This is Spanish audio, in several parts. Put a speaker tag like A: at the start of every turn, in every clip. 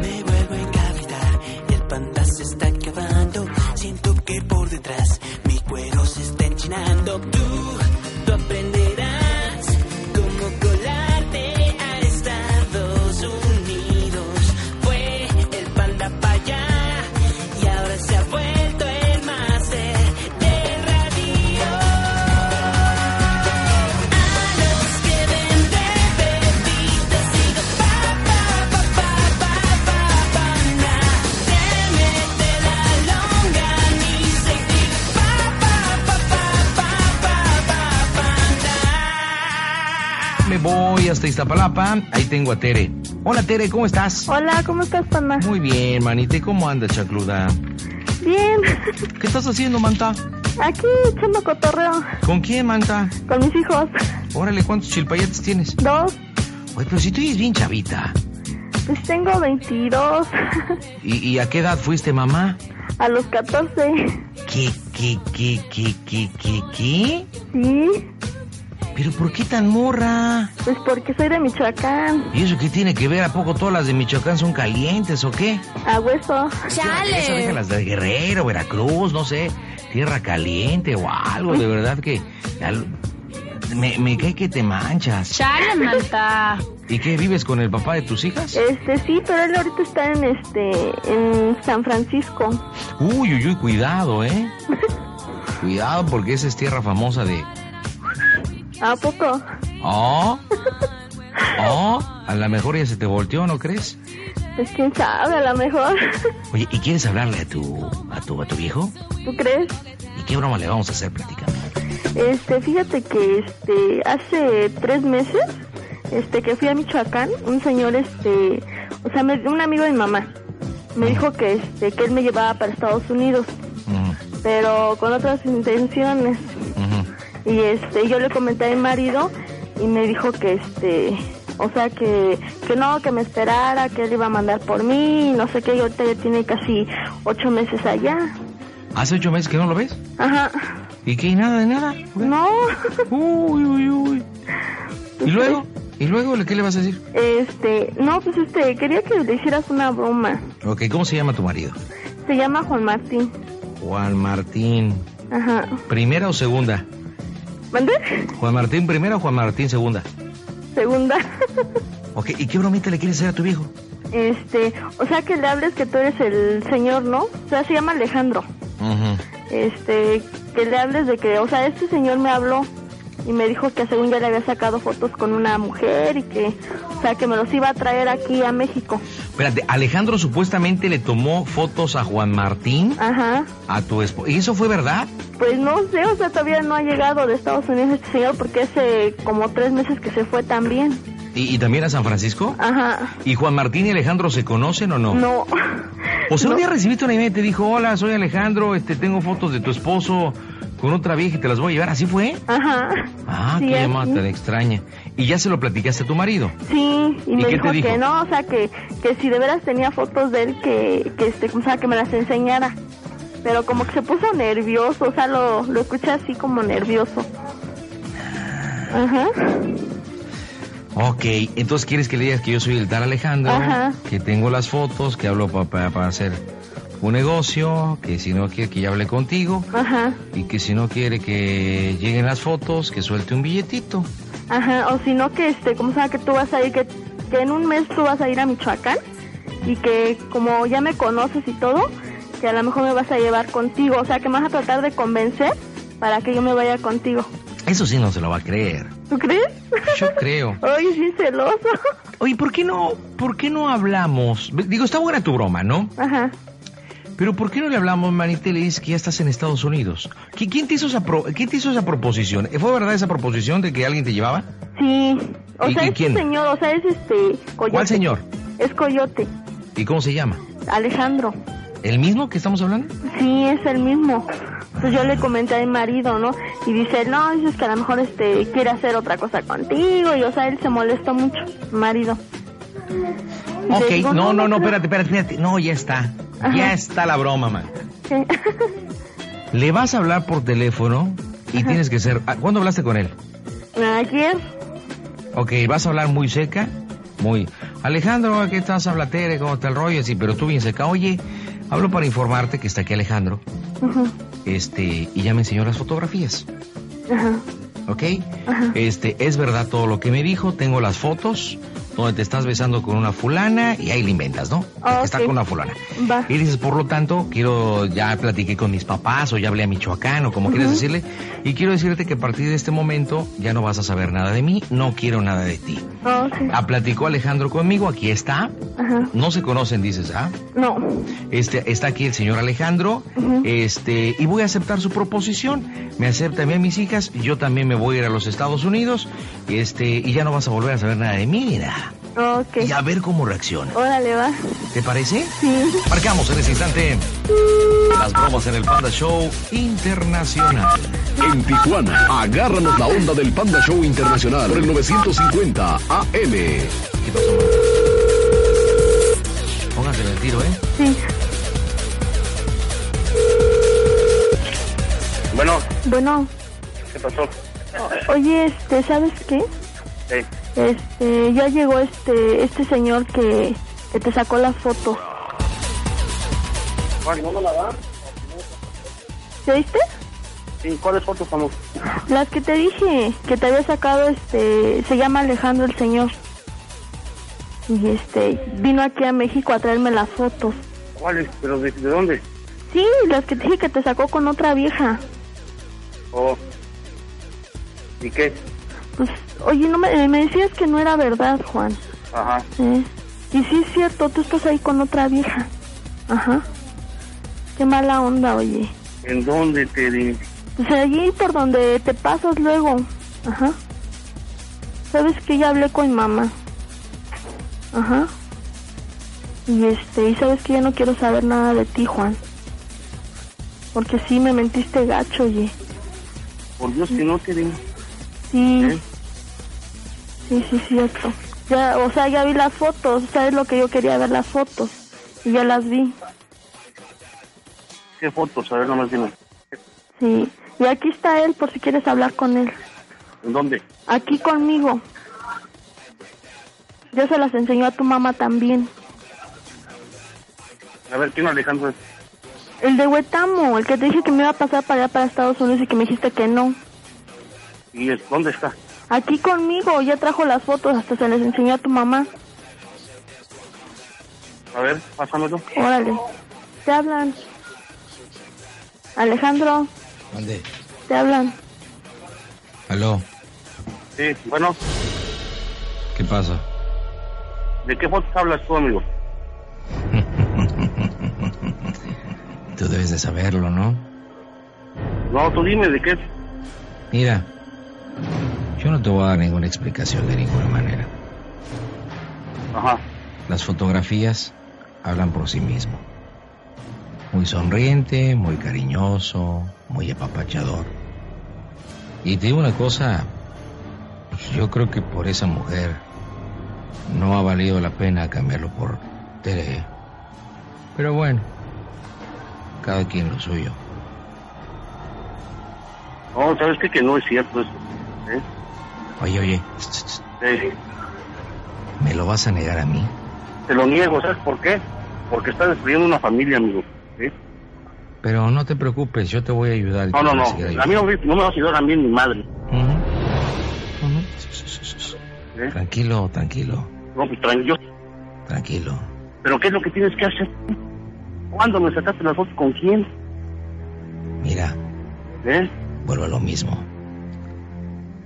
A: Me vuelvo a encavitar y el panda se está acabando. Siento que por detrás mi cuero se está enchinando. Tú, tú aprenderás cómo colarte al estar dos unidos. Fue el panda para allá y ahora se ha vuelto el máster del radio. A los que venden bebidas sigo pa pa pa pa pa pa pa na. Te mete la longa ni se diga pa pa pa pa pa pa pa pa na.
B: Me voy hasta Iztapalapa. Ahí tengo a Tere. Hola, Tere, ¿cómo estás?
C: Hola, ¿cómo estás, Panda?
B: Muy bien, manita. ¿Y cómo andas, chacluda?
C: Bien.
B: ¿Qué estás haciendo, manta?
C: Aquí echando cotorreo
B: ¿Con quién, manta?
C: con mis hijos.
B: Órale, ¿cuántos chilpayates tienes?
C: Dos.
B: Oye, pero si tú eres bien chavita.
C: Pues tengo 22.
B: ¿Y, y a qué edad fuiste, mamá?
C: A los 14.
B: ¿Qué, qué, qué, qué, qué, qué, qué?
C: Sí.
B: ¿Pero por qué tan morra?
C: Pues porque soy de Michoacán.
B: ¿Y eso qué tiene que ver? ¿A poco todas las de Michoacán son calientes o qué?
C: A hueso.
B: Esa, déjalas de Guerrero, Veracruz, no sé, tierra caliente o algo, de verdad que al- me, me cae que te manchas.
D: Chale, Manta.
B: ¿Y qué vives con el papá de tus hijas?
C: Este, sí, pero él ahorita está en este. en San Francisco.
B: Uy, uy, uy, cuidado, ¿eh? Cuidado porque esa es tierra famosa de...
C: ¿A poco?
B: Oh, oh, a lo mejor ya se te volteó, ¿no crees?
C: Pues quién sabe, a lo mejor.
B: Oye, ¿y quieres hablarle a tu, a tu, a tu viejo?
C: ¿Tú crees?
B: ¿Y qué broma le vamos a hacer prácticamente?
C: Este, fíjate que este, hace tres meses, este, que fui a Michoacán, un señor, este, o sea, me- un amigo de mi mamá, me dijo que este, que él me llevaba para Estados Unidos, pero con otras intenciones. Y este, yo le comenté a mi marido y me dijo que este, o sea, que, que no, que me esperara, que él iba a mandar por mí, y no sé qué, y ahorita ya tiene casi ocho meses allá.
B: ¿Hace ocho meses que no lo ves?
C: Ajá.
B: ¿Y qué? ¿Nada de nada?
C: No.
B: Uy, uy, uy. ¿Y luego? ¿Y luego le- qué le vas a decir?
C: Este, no, pues este, quería que le hicieras una broma.
B: Ok, ¿cómo se llama tu marido?
C: Se llama Juan Martín.
B: Juan Martín.
C: Ajá.
B: ¿Primera o segunda?
C: ¿Mandé?
B: Juan Martín primera o Juan Martín segunda.
C: Segunda.
B: Ok, ¿y qué bromita le quieres hacer a tu viejo?
C: Este, o sea que le hables que tú eres el señor, ¿no? O sea, se llama Alejandro. Este, que le hables de que, o sea, este señor me habló y me dijo que según ya le había sacado fotos con una mujer y que, o sea, que me los iba a traer aquí a México.
B: Espérate, Alejandro supuestamente le tomó fotos a Juan Martín,
C: Ajá.
B: a tu esposo. ¿Y eso fue verdad?
C: Pues no sé, o sea, todavía no ha llegado de Estados Unidos este señor porque hace como tres meses que se fue también.
B: ¿Y, y también a San Francisco?
C: Ajá.
B: ¿Y Juan Martín y Alejandro se conocen o no?
C: No.
B: O sea, un día recibiste una email y te dijo, hola, soy Alejandro, este, tengo fotos de tu esposo con otra vieja y te las voy a llevar. ¿Así fue?
C: Ajá.
B: Ah,
C: Sí,
B: qué
C: así.
B: llamada tan extraña. ¿Y ya se lo platicaste a tu marido?
C: Sí, y,
B: ¿Y
C: me
B: qué te
C: dijo,
B: dijo?
C: que no, o sea, que, que si de veras tenía fotos de él, que, que, este, o sea, que me las enseñara. Pero como que se puso nervioso, o sea, lo, lo escuché así como nervioso. Ajá.
B: Ok, entonces quieres que le digas que yo soy el tal Alejandro,
C: Ajá.
B: que tengo las fotos, que hablo pa- pa- para hacer un negocio, que si no quiere que ya hable contigo
C: Ajá,
B: y que si no quiere que lleguen las fotos, que suelte un billetito.
C: ajá, o si no que este, como sea que tú vas a ir, que, que en un mes tú vas a ir a Michoacán y que como ya me conoces y todo, que a lo mejor me vas a llevar contigo, o sea, que me vas a tratar de convencer para que yo me vaya contigo.
B: Eso sí no se lo va a creer.
C: ¿Tú crees?
B: Yo creo.
C: Ay, sí, celoso.
B: Oye, ¿por qué no, por qué no hablamos? Digo, está buena tu broma, ¿no?
C: Ajá.
B: Pero ¿por qué no le hablamos, manita, y le dices que ya estás en Estados Unidos? ¿Qui- ¿Quién te hizo esa, pro- quién te hizo esa proposición? ¿Eh, ¿Fue verdad esa proposición de que alguien te llevaba?
C: Sí. O
B: ¿Y-
C: sea,
B: y
C: es
B: quién?
C: señor, o sea, es este Coyote.
B: ¿Cuál señor?
C: Es Coyote,
B: ¿Y cómo se llama?
C: Alejandro.
B: ¿El mismo que estamos hablando?
C: Sí, es el mismo. Entonces yo le comenté a mi marido, ¿no? Y dice, no, es que a lo mejor este quiere hacer otra cosa contigo. Y o sea, él se molestó mucho, mi marido. Y le
B: Ok,
C: digo,
B: no, no, no,
C: creo".
B: espérate, espérate, espérate. No, ya está. Ya
C: Ajá.
B: está la broma, man.
C: Sí.
B: Le vas a hablar por teléfono y tienes que ser... ah, ¿Cuándo hablaste con él?
C: Ayer,
B: Ok, vas a hablar muy seca, muy... Alejandro, aquí estás? Habla Tere, ¿cómo está el rollo? Sí, pero tú bien seca. Oye, hablo para informarte que está aquí Alejandro.
C: Ajá,
B: Este, y ya me enseñó las fotografías,
C: ajá,
B: ¿ok?
C: Ajá.
B: Este, es verdad todo lo que me dijo. Tengo las fotos donde te estás besando con una fulana y ahí le inventas, ¿no?
C: Ah,
B: Está
C: ok.
B: con una fulana.
C: va.
B: Y dices, por lo tanto, quiero, ya platiqué con mis papás o ya hablé a Michoacán o como quieras decirle, y quiero decirte que a partir de este momento ya no vas a saber nada de mí, no quiero nada de ti.
C: Ah, ok.
B: Ah, platicó Alejandro conmigo, aquí está,
C: Ajá,
B: no se conocen, dices, ¿ah?
C: no.
B: Este, está aquí el señor Alejandro,
C: Ujú.
B: este, y voy a aceptar su proposición, me acepta a mí y a mis hijas, yo también me voy a ir a los Estados Unidos, este, y ya no vas a volver a saber nada de mí, ni nada.
C: Ok.
B: Y a ver cómo reacciona.
C: Órale, va.
B: ¿Te parece?
C: Sí.
B: Marcamos en este instante las bromas en el Panda Show Internacional.
D: En Tijuana, agárranos la onda del Panda Show Internacional por el 950 AM.
B: ¿Qué pasó? Pónganse el tiro, ¿eh?
C: Sí.
E: Bueno,
C: Bueno,
E: ¿qué pasó?
C: o- oye, este, ¿sabes qué?
E: Ey,
C: Este, ya llegó este, este señor que, que te sacó la foto.
E: ¿cuál- ¿No me la dan?
C: ¿Te viste?
E: Sí, ¿cuáles fotos son?
C: Las que te dije, que te había sacado, este, se llama Alejandro el señor. Y este, vino aquí a México a traerme las fotos.
E: ¿Cuáles? ¿Pero de, de dónde?
C: Sí, las que te dije que te sacó con otra vieja.
E: Oh. ¿Y qué?
C: Pues, oye, no me, me decías que no era verdad, Juan.
E: Ajá.
C: ¿eh? Y sí es cierto, tú estás ahí con otra vieja. Ajá. Qué mala onda, oye.
E: ¿En dónde te di?
C: Pues allí por donde te pasas luego. Ajá. Sabes que ya hablé con mamá. Ajá. Y este, y sabes que ya no quiero saber nada de ti, Juan. Porque sí me mentiste gacho, oye.
E: Por Dios que no te di.
C: Sí.
E: ¿Eh?
C: Sí, sí, cierto. Ya, o sea, ya vi las fotos, sabes lo que yo quería ver las fotos. Y ya las vi.
E: ¿Qué fotos? A ver, nomás dime.
C: Sí. Y aquí está él por si quieres hablar con él.
E: ¿En dónde?
C: Aquí conmigo. Yo se las enseñó a tu mamá también.
E: A ver, ¿quién Alejandro es?
C: El de Huetamo, el que te dije que me iba a pasar para allá para Estados Unidos y que me dijiste que no.
E: ¿Y es, dónde está?
C: Aquí conmigo, ya trajo las fotos, hasta se las enseñó a tu mamá.
E: A ver, pásamelo.
C: Órale. Te hablan. Alejandro,
B: Mande.
C: te hablan.
B: Aló,
E: Sí, bueno,
B: ¿qué pasa?
E: ¿de qué fotos hablas tú, amigo?
B: Tú debes de saberlo, ¿no?
E: No, tú dime, ¿de qué?
B: Mira, yo no te voy a dar ninguna explicación de ninguna manera.
E: Ajá.
B: Las fotografías hablan por sí mismo. Muy sonriente, muy cariñoso, muy apapachador. Y te digo una cosa, pues, yo creo que por esa mujer no ha valido la pena cambiarlo por Tere. Pero bueno, cada quien lo suyo.
E: No, ¿sabes qué? Que no es cierto eso. ¿Eh?
B: Oye, oye, tss, tss, tss,
E: Sí.
B: ¿me lo vas a negar a mí?
E: Te lo niego, ¿sabes por qué? Porque estás destruyendo una familia, amigo. ¿Sí?
B: Pero no te preocupes, yo te voy a ayudar. y
E: No,
B: te
E: no,
B: voy a
E: no.
B: seguir
E: A mí
B: ayudando.
E: no, me- no me va a ayudar a mí ni madre.
B: Ujú, ujú, tss, tss, tss, tss.
E: ¿eh?
B: Tranquilo, tranquilo.
E: No, pues tranquilo.
B: Tranquilo.
E: ¿Pero qué es lo que tienes que hacer? ¿Cuándo me sacaste las fotos? ¿Con quién?
B: Mira,
E: ¿Eh?
B: vuelvo a lo mismo.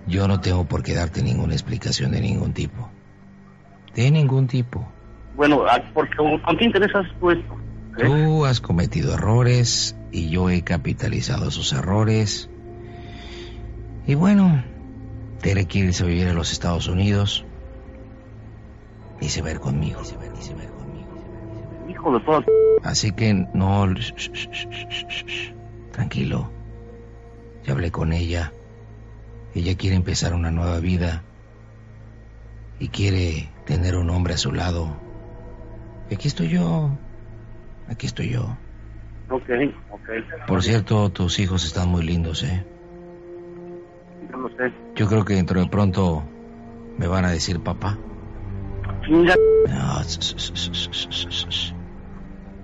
B: Yo no tengo por qué darte ninguna explicación de ningún tipo. De ningún tipo.
E: Bueno, ah, porque ¿con con qué interesas tú esto? ¿Eh?
B: Tú has cometido errores y yo he capitalizado esos errores. Y bueno, Tere quiere irse a vivir a los Estados Unidos y se va a ir conmigo.
E: Hijo de todas.
B: Así que no... sh- sh- sh- sh- sh- sh. Tranquilo. Ya hablé con ella. Ella quiere empezar una nueva vida. Y quiere tener un hombre a su lado. Y aquí estoy yo. Aquí estoy yo.
E: Ok, ok.
B: Por cierto, tus hijos están muy lindos, ¿eh?
E: Yo no sé.
B: Yo creo que dentro de pronto me van a decir papá.
E: chinga.
B: No, sh- sh- sh- sh- sh- sh- sh- sh.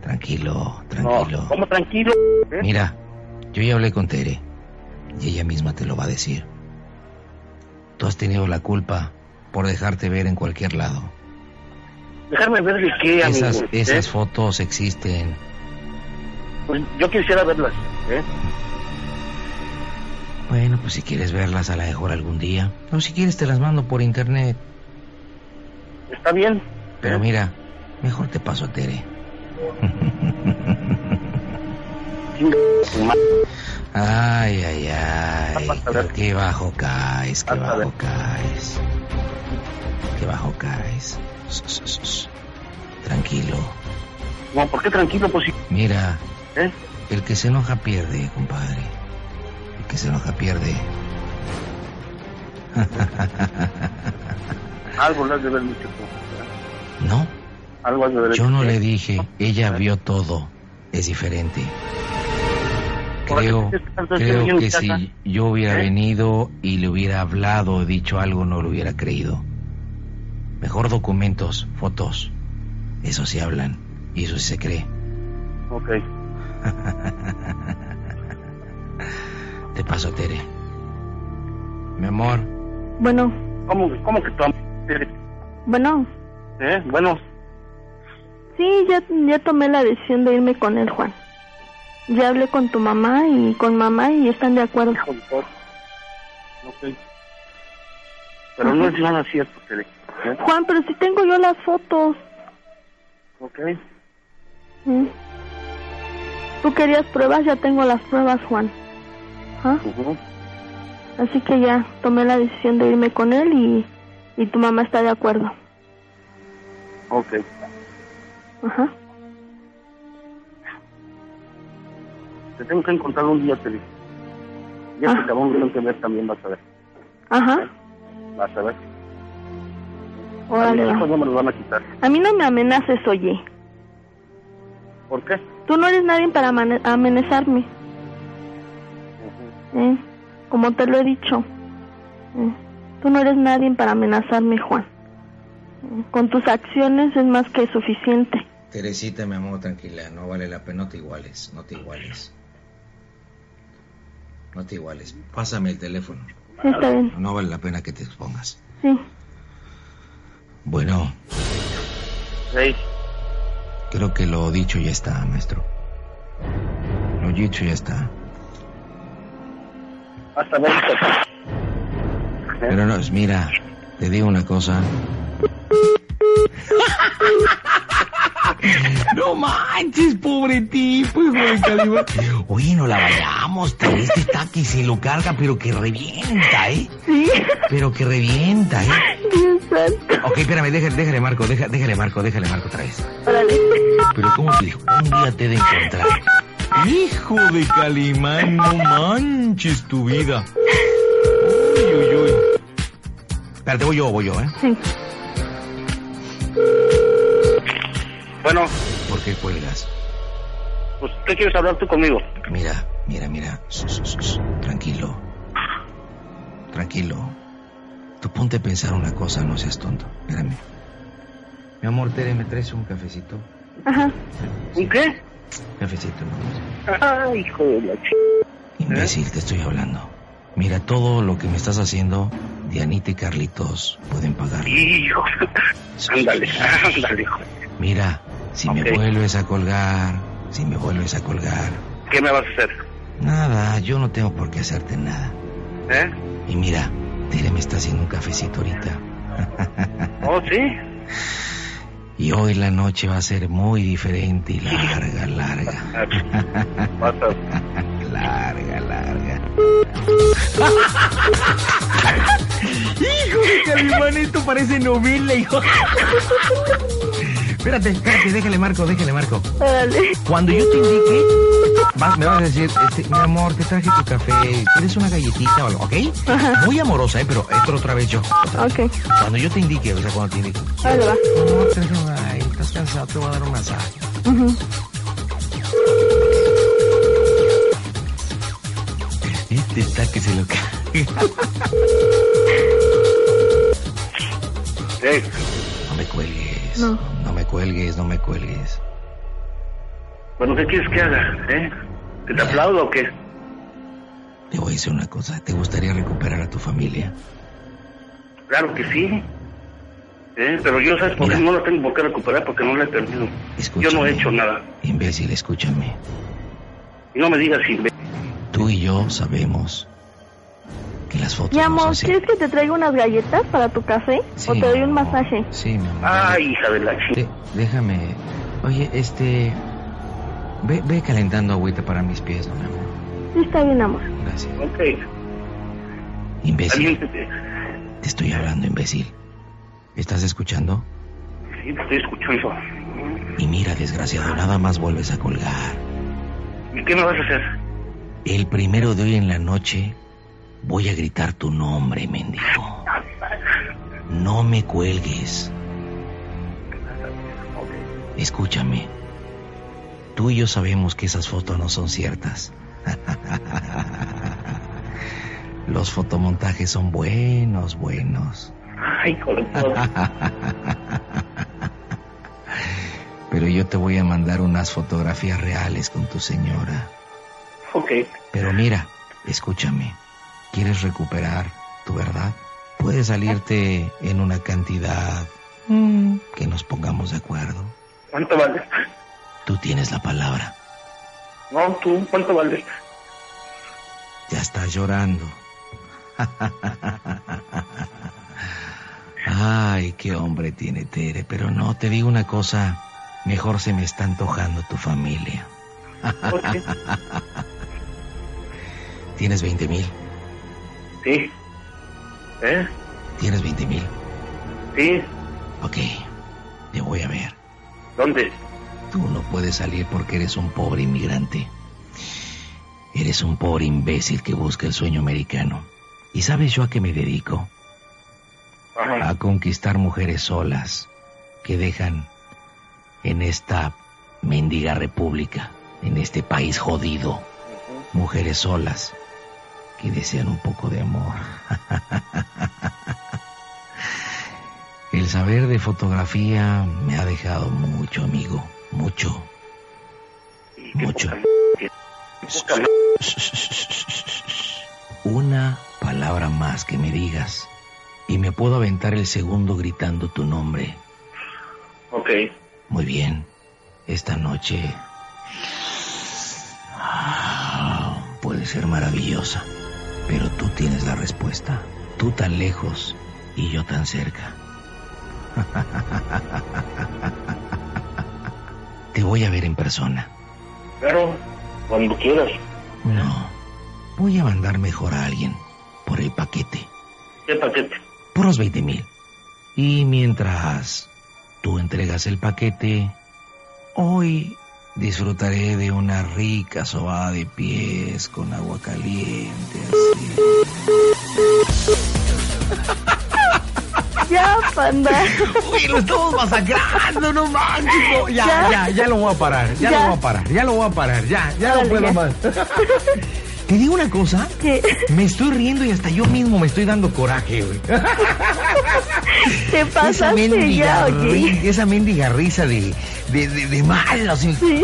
B: tranquilo,
E: No,
B: tranquilo.
E: ¿cómo tranquilo? ¿Eh?
B: Mira, yo ya hablé con Tere y ella misma te lo va a decir. Tú has tenido la culpa por dejarte ver en cualquier lado.
E: Dejarme ver de qué, amigo.
B: Esas,
E: ¿eh?
B: esas fotos existen.
E: Pues yo quisiera verlas, ¿eh?
B: Bueno, pues si quieres verlas a la mejor algún día. O si quieres te las mando por internet.
E: Está bien. ¿Eh?
B: Pero mira, mejor te paso a Tere.
E: Chinga tu madre.
B: Ay, ay, ay.
E: Vas a
B: pero
E: ver.
B: Qué bajo caes, qué
E: Vas a ver.
B: bajo caes. Qué bajo caes. Sh, sh, sh, sh. Tranquilo.
E: No, ¿por qué tranquilo? Pues sí,
B: Mira,
E: ¿eh?
B: el que se enoja pierde, compadre. El que se enoja pierde.
E: Algo le has de haber dicho tú. ¿eh?
B: No,
E: Algo has de haber ¿eh?
B: yo
E: hecho.
B: no le dije. Ella vio todo. Es diferente.
E: Ahora que
B: Creo,
E: te estás
B: creo
E: haciendo
B: que
E: en casa,
B: si yo hubiera
E: ¿eh?
B: venido y le hubiera hablado o dicho algo, no lo hubiera creído. Mejor documentos, fotos. Eso sí hablan y eso sí se cree.
E: Ok.
B: Te paso, Tere. Mi amor,
C: Bueno,
E: ¿Cómo, cómo que tú eres?
C: bueno,
E: ¿Eh? Bueno,
C: sí, ya, ya tomé la decisión de irme con él, Juan. Ya hablé con tu mamá y con mamá y están de acuerdo.
E: hijo de todo. Ok. Pero no es nada cierto, Tere. ¿eh?
C: Juan, pero si tengo yo las fotos.
E: Ok.
C: ¿Mm? Tú querías pruebas, ya tengo las pruebas, Juan. ¿Ah?
E: Ujú.
C: Así que ya tomé la decisión de irme con él y, y tu mamá está de acuerdo.
E: Ok.
C: Ajá.
E: Te tengo que encontrar un día, Tere. Y este
C: Ah.
E: cabrón lo tengo que ver también, vas a ver.
C: Ajá.
E: Vas a ver.
C: Órale,
E: Los
C: va.
E: hijos no me los van a quitar.
C: A mí no me amenaces, oye.
E: ¿Por qué?
C: Tú no eres nadie para amane- amenazarme. ¿eh? Como te lo he dicho. ¿eh? Tú no eres nadie para amenazarme, Juan. ¿eh? Con tus acciones es más que suficiente.
B: Teresita, mi amor, tranquila. No vale la pena, no te iguales, no te iguales. No te iguales. Pásame el teléfono.
C: Sí, está bien.
B: No vale la pena que te expongas.
C: Sí.
B: Bueno,
E: Sí.
B: creo que lo dicho ya está, maestro. Lo dicho ya está.
E: Vas a ver. hija.
B: Pero no, mira, te digo una cosa. No manches, pobre tipo, hijo de Calimán. Oye, no la vayamos, tío. Este está aquí, se lo carga, pero que revienta, ¿eh?
C: Sí.
B: Pero que revienta, ¿eh?
C: Dios santo.
B: Ok, espérame, déjale, déjale Marco, deja- déjale Marco, déjale Marco otra vez.
C: Órale.
B: Pero ¿cómo te dijo? Un día te he de encontrar. Hijo de Calimán, no manches tu vida. Uy, uy, uy. Espérate, voy yo, voy yo, ¿eh?
C: Sí.
E: Bueno,
B: ¿Por qué cuelgas?
E: pues, ¿qué quieres hablar tú conmigo?
B: Mira, mira, mira. Sh, sh, sh, sh. Tranquilo. Tranquilo. Tú ponte a pensar una cosa, no seas tonto. Espérame. Mi amor, Tere, ¿me traes un cafecito?
C: Ajá.
E: ¿Un qué?
B: Cafecito, mi amor.
E: Ay, hijo de la ch...
B: Imbécil, te estoy hablando. Mira, todo lo que me estás haciendo, Dianita y Carlitos pueden pagarlo.
E: Hijo. Ándale, ándale, hijo.
B: Mira, si me
E: Ok.
B: vuelves a colgar, si me vuelves a colgar,
E: ¿Qué me vas a hacer?
B: nada, yo no tengo por qué hacerte nada.
E: ¿Eh?
B: Y mira, Tere me está haciendo un cafecito ahorita.
E: ¿Oh, sí?
B: Y hoy la noche va a ser muy diferente y larga, larga,
E: Vas a...
B: larga, larga.
F: Calimán, esto parece novela, hijo.
B: Espérate, espérate, déjale marco, déjale marco.
C: Órale.
B: Cuando yo te indique, vas, me vas a decir, este, mi amor, te traje tu café, ¿quieres una galletita o algo? ¿Ok? Muy amorosa, ¿eh? Pero esto otra vez yo. Otra vez.
C: Ok.
B: Cuando yo te indique, o sea, cuando te indique.
C: Órale, va.
B: Mi amor, te traje una- ay, estás cansado, te voy a dar un masaje.
C: Ujú.
B: Este está que se lo cae.
E: Sí.
B: No me cuelgues.
C: No.
B: no me cuelgues, no me cuelgues.
E: Bueno, ¿qué quieres que haga? ¿Eh? ¿Que te aplaudo o qué?
B: Te voy a decir una cosa, ¿te gustaría recuperar a tu familia?
E: Claro que sí. ¿Eh? Pero yo, ¿sabes por qué
B: Mira.
E: no la tengo por qué recuperar? Porque no la he perdido.
B: Escúchame.
E: Yo no he hecho nada.
B: Imbécil, escúchame.
E: Y no me digas imbécil.
B: Tú y yo sabemos que las fotos
C: Mi
B: no
C: amor,
B: se hacen.
C: ¿quieres que te traiga unas galletas para tu café?
B: Sí,
C: ¿O te doy un
B: mi amor.
C: masaje?
B: Sí, mi amor.
E: Ay, hija de la chingada.
B: De- déjame. Oye, este. Ve, ve calentando agüita para mis pies, don amor.
C: Sí, está bien, amor.
B: Gracias.
E: Ok.
B: Imbécil,
E: Caliéntete.
B: te estoy hablando, imbécil. ¿Estás escuchando?
E: Sí, te estoy escuchando.
B: Y mira, desgraciado, nada más vuelves a colgar.
E: ¿Y qué me vas a hacer?
B: El primero de hoy en la noche voy a gritar tu nombre, mendigo. No me cuelgues. Escúchame. Tú y yo sabemos que esas fotos no son ciertas. Los fotomontajes son buenos, buenos.
E: Ay, corazón.
B: Pero yo te voy a mandar unas fotografías reales con tu señora.
E: ok.
B: Pero mira, escúchame, ¿quieres recuperar tu verdad? Puedes salirte en una cantidad que nos pongamos de acuerdo.
E: ¿Cuánto vale?
B: Tú tienes la palabra.
E: No, tú, ¿cuánto vale?
B: Ya estás llorando. Ay, qué hombre tiene Tere, pero no, te digo una cosa, mejor se me está antojando tu familia.
E: Ok.
B: ¿Tienes 20 mil?
E: Sí. ¿Eh?
B: ¿Tienes 20 mil?
E: Sí.
B: Ok, te voy a ver.
E: ¿Dónde?
B: Tú no puedes salir porque eres un pobre inmigrante. Eres un pobre imbécil que busca el sueño americano. ¿Y sabes yo a qué me dedico?
E: Ajá.
B: A conquistar mujeres solas que dejan en esta mendiga república, en este país jodido, mujeres solas que desean un poco de amor. El saber de fotografía me ha dejado mucho, amigo, mucho.
E: Y qué
B: mucho.
E: poca m- qué poca m-
B: Una palabra más que me digas y me puedo aventar el segundo gritando tu nombre.
E: Ok.
B: Muy bien, esta noche ah, puede ser maravillosa, pero tú tienes la respuesta. Tú tan lejos y yo tan cerca. Te voy a ver en persona.
E: Claro, cuando quieras.
B: No. Voy a mandar mejor a alguien por el paquete.
E: ¿Qué paquete?
B: Por los 20 mil. Y mientras tú entregas el paquete, hoy disfrutaré de una rica sobada de pies con agua caliente. así.
C: Ya, panda.
F: Uy, lo estamos masacrando, no manches. no. Ya,
C: Ya.
F: ya, ya, lo voy a parar, ya,
C: Ya.
F: lo voy a parar, ya lo voy a parar, ya, ya
C: Órale,
F: no puedo
C: ya.
F: más. Te digo una cosa,
C: ¿Qué?
F: me estoy riendo y hasta yo mismo me estoy dando coraje, güey.
C: ¿Te
F: Esa
C: pasaste ya,
F: mendiga,
C: oye?
F: ri- esa mendiga risa de, de, de, de malos. y-
C: Sí.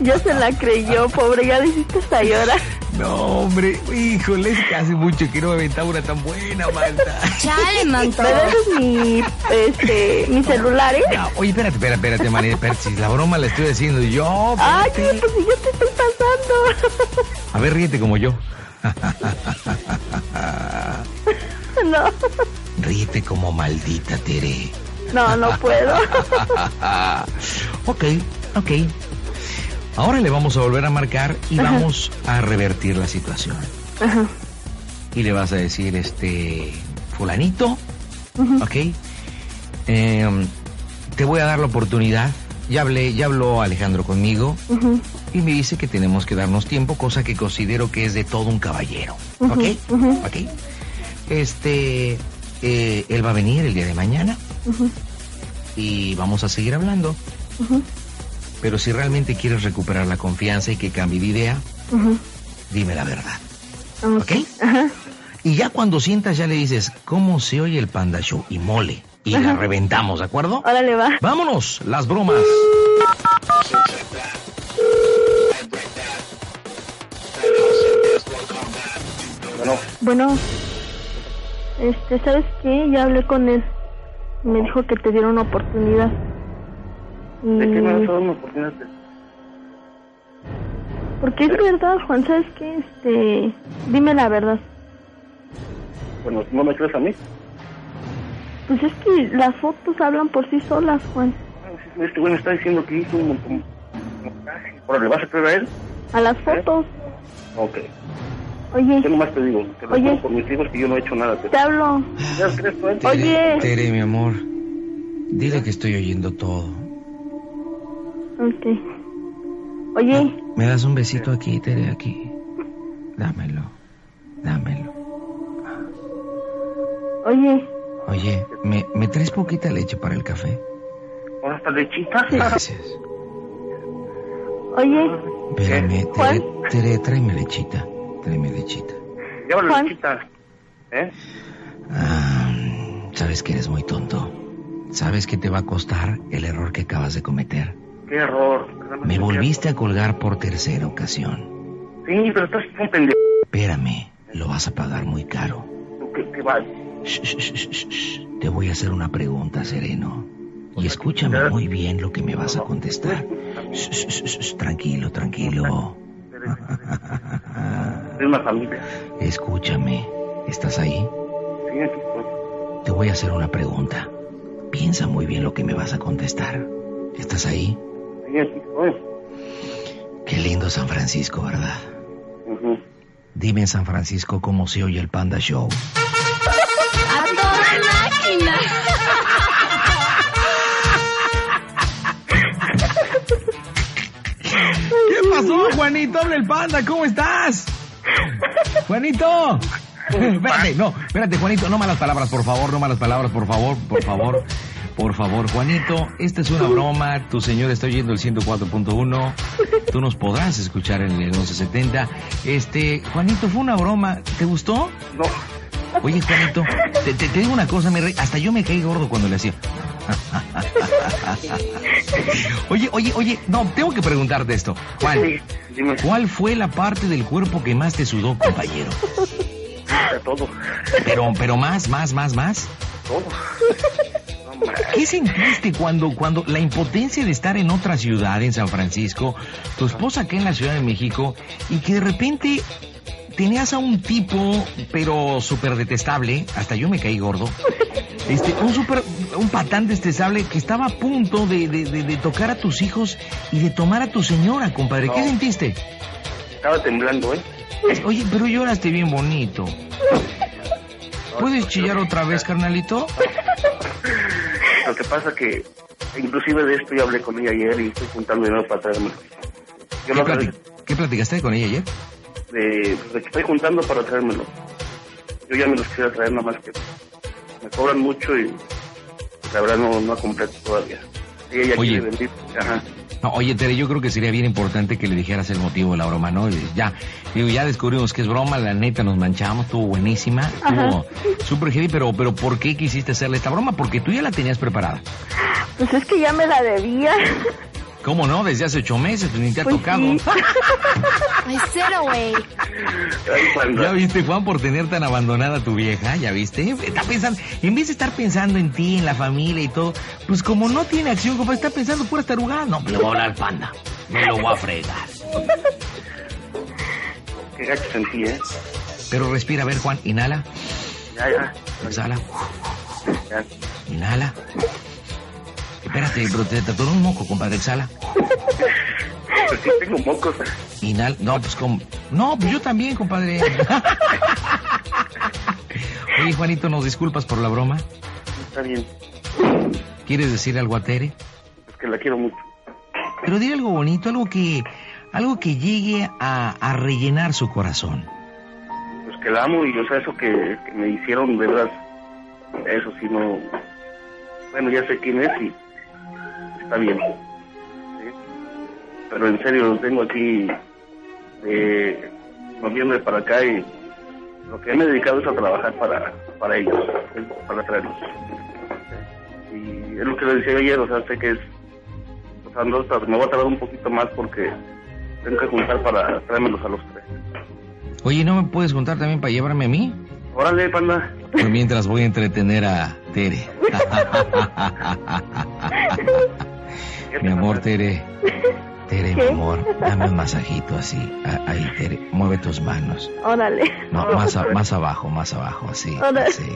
C: Ya se la creyó, pobre. Ya le hiciste hasta llorar.
F: No, hombre, híjole, es que hace mucho que no me aventaba una tan buena, Marta.
G: Chale, manto.
C: ¿Me dejas mi, este, mi celular, eh?
F: No, oye, espérate, espérate, espérate, María, espérate, si la broma la estoy haciendo yo.
C: Ay,
F: espérate.
C: pues si yo te estoy pasando.
F: A ver, ríete como yo.
C: No,
B: Ríete como maldita Tere.
C: no, no puedo.
F: Ok, ok. Ahora le vamos a volver a marcar y vamos a revertir la situación.
C: Ajá.
F: Y le vas a decir, este, fulanito, ok, em, te voy a dar la oportunidad. Ya hablé, ya habló Alejandro conmigo
C: Ujú,
F: y me dice que tenemos que darnos tiempo, cosa que considero que es de todo un caballero, ok,
C: ujú.
F: ok. Este, eh, él va a venir el día de mañana
C: ujú.
F: y vamos a seguir hablando.
C: Ujú.
F: Pero si realmente quieres recuperar la confianza y que cambie de idea,
C: Ujú.
F: dime la verdad.
C: Ok.
F: ¿Ok? Y ya cuando sientas, ya le dices, ¿cómo se oye el Panda Show? Y mole.
B: y la reventamos, ¿de acuerdo?
C: Órale, va.
B: Vámonos, las bromas.
E: Bueno,
C: Bueno, este, ¿sabes qué? Ya hablé con él. Me dijo que te dieron una oportunidad. Y...
E: ¿de qué me vas a dar una oportunidad? de-
C: Porque es verdad, Juan, ¿sabes qué? Este, dime la verdad.
E: Bueno, ¿no me crees a mí?
C: Pues es que las fotos hablan por sí solas, Juan.
E: Este güey me está diciendo que hizo un montón de montaje. Ahora, ¿le vas a creer a él?
C: A las fotos.
E: Ok. Yo
C: Oye,
E: nomás te digo, te lo
C: Oye.
E: juro por mis hijos que yo no he hecho nada.
C: te
E: pero-
C: hablo.
E: ¿Ya crees tú a él?
C: Oye.
B: Tere, Tere, mi amor, dile que estoy oyendo todo.
C: Ok. Oye,
B: ¿Me das un besito aquí, Tere, aquí? Dámelo, dámelo.
C: oye,
B: Oye, ¿me, me traes poquita leche para el café?
E: Ahora hasta lechitas.
B: Gracias.
C: oye,
B: Espérame,
C: Juan.
B: Tere, Tere, tráeme lechita, tráeme lechita.
E: Llévalo
C: Juan.
E: lechitas. ¿Eh?
B: Ah, sabes que eres muy tonto. Sabes que te va a costar el error que acabas de cometer.
E: Qué error. perdóname,
B: Me
E: qué
B: volviste a colgar por tercera ocasión.
E: error. Sí, pero estás un pendejo.
B: Espérame, lo vas a pagar muy caro.
E: Que, que va.
B: Shh, shh, shh, shh, shh. Te voy a hacer una pregunta, Sereno. Y escúchame muy bien lo que me vas a contestar. Shh, shh, shh, shh, tranquilo, tranquilo.
E: Es una familia.
B: Escúchame. ¿Estás ahí?
E: Sí, aquí estoy.
B: Te voy a hacer una pregunta. Piensa muy bien lo que me vas a contestar. ¿Estás ahí?
E: Sí, aquí estoy.
B: Qué lindo San Francisco, ¿verdad?
E: Ujú.
B: Dime en San Francisco cómo se oye el Panda Show.
H: A toda máquina.
B: ¿Qué pasó, Juanito? Habla el Panda, ¿cómo estás? Juanito. espérate, no, espérate, Juanito, no malas palabras, por favor, no malas palabras, por favor, por favor. Por favor, Juanito, esta es una broma. Tu señor está oyendo el 104.1. Tú nos podrás escuchar en el 1170. Este, Juanito, fue una broma. ¿Te gustó?
E: No,
B: Oye, Juanito, te, te- te digo una cosa, mi rey, hasta yo me caí gordo cuando le hacía. oye, oye, oye, no, tengo que preguntarte esto. Juan,
E: sí, dime,
B: ¿cuál fue la parte del cuerpo que más te sudó, compañero?
E: cuenta todo.
B: Pero, pero más, más, más, más.
E: Todo. No, ma-
B: ¿Qué sentiste cuando, cuando la impotencia de estar en otra ciudad, en San Francisco, tu esposa acá en la Ciudad de México, y que de repente tenías a un tipo, pero súper detestable, hasta yo me caí gordo, este, un, super, un patán detestable que estaba a punto de, de- de- de tocar a tus hijos y de tomar a tu señora, compadre? ¿Qué
E: No.
B: sentiste?
E: Estaba temblando, ¿eh?
B: Oye, pero lloraste bien bonito. ¿Puedes chillar otra vez, carnalito?
E: Lo que pasa que, inclusive de esto yo hablé con ella ayer y estoy juntando dinero para traerme. Yo
B: ¿Qué,
E: lo hablé
B: plati- ¿Qué platicaste con ella ayer?
E: de, de que estoy juntando para traérmelo. Yo ya me los quiero traer, nada más que me cobran mucho y la verdad no, no ha completo todavía. Y ella
B: Oye.
E: quiere venir. Ajá.
B: No, oye, Tere, yo creo que sería bien importante que le dijeras el motivo de la broma, ¿no? Y Ya, digo, ya descubrimos que es broma, la neta nos manchamos, estuvo buenísima, estuvo súper heavy, pero, pero ¿por qué quisiste hacerle esta broma? Porque tú ya la tenías preparada.
C: pues es que ya me la debía.
B: ¿Cómo no? Desde hace ocho meses, pues ni te ha
C: Pues
B: tocado.
C: sí.
H: Ay, cero, güey.
E: Ay, Juan,
B: ¿Ya viste, Juan, por tener tan abandonada a tu vieja? ¿Ya viste? Está pensando, en vez de estar pensando en ti, en la familia y todo, pues como no tiene acción, compa, está pensando pura tarugada. No, le voy a hablar al panda, me lo voy a fregar.
E: qué gacho sentí, ¿eh?
B: Pero respira, a ver, Juan, inhala,
E: Ya, ya.
B: exhala.
E: ya.
B: Inhala. Espérate, pero te te atoró un moco, compadre. Exhala.
E: Pero sí tengo mocos. ah,
B: Inhala. No, pues como. No, pues yo también, compadre. Oye, Juanito, ¿nos disculpas por la broma?
E: Está bien.
B: ¿Quieres decir algo a Tere?
E: Es que la quiero mucho.
B: Pero dile algo bonito, algo que. Algo que llegue a, a rellenar su corazón.
E: Pues que la amo y, o sea, eso que, que me hicieron, de verdad, eso sí no... Bueno, ya sé quién es y está bien. ¿sí? Pero en serio, lo tengo aquí de noviembre para acá y lo que me he dedicado es a trabajar para, para ellos, ¿sí? para traerlos. y es lo que le decía ayer, o sea, sé que es, o sea, no, o sea, me voy a tardar un poquito más porque tengo que juntar para traérmelos a los tres.
B: Oye, ¿no me puedes contar también para llevarme a mí?
E: Órale, panda.
B: Pues mientras voy a entretener a Tere. Mi amor, Tere. Tere, mi
C: ¿Qué?
B: amor, dame un masajito así. A- Ahí, Tere, mueve tus manos.
C: Órale.
B: No, más, a- más abajo, más abajo, así.
C: Ahora-
B: así.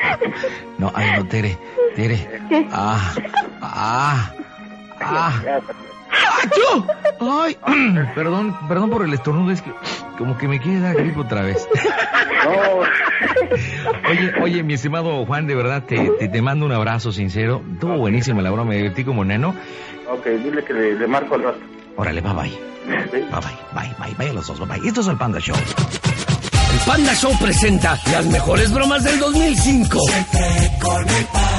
B: no, ay, no, Tere, Tere. Ah, ah, ah. ¡Achú! Ay, perdón, perdón por el estornudo, es que como que me quiere dar gripe otra vez.
E: No,
B: Oye, oye, mi estimado Juan, de verdad te, te, te mando un abrazo sincero. Estuvo buenísima la broma, me divertí como nano.
E: ok, dile que le, le marco al rato.
B: Órale, bye bye.
E: ¿sí?
B: Bye bye, bye bye, bye a los dos, bye bye. Esto es el Panda Show.
D: El Panda Show presenta las mejores bromas del 2005.
I: Con el pan.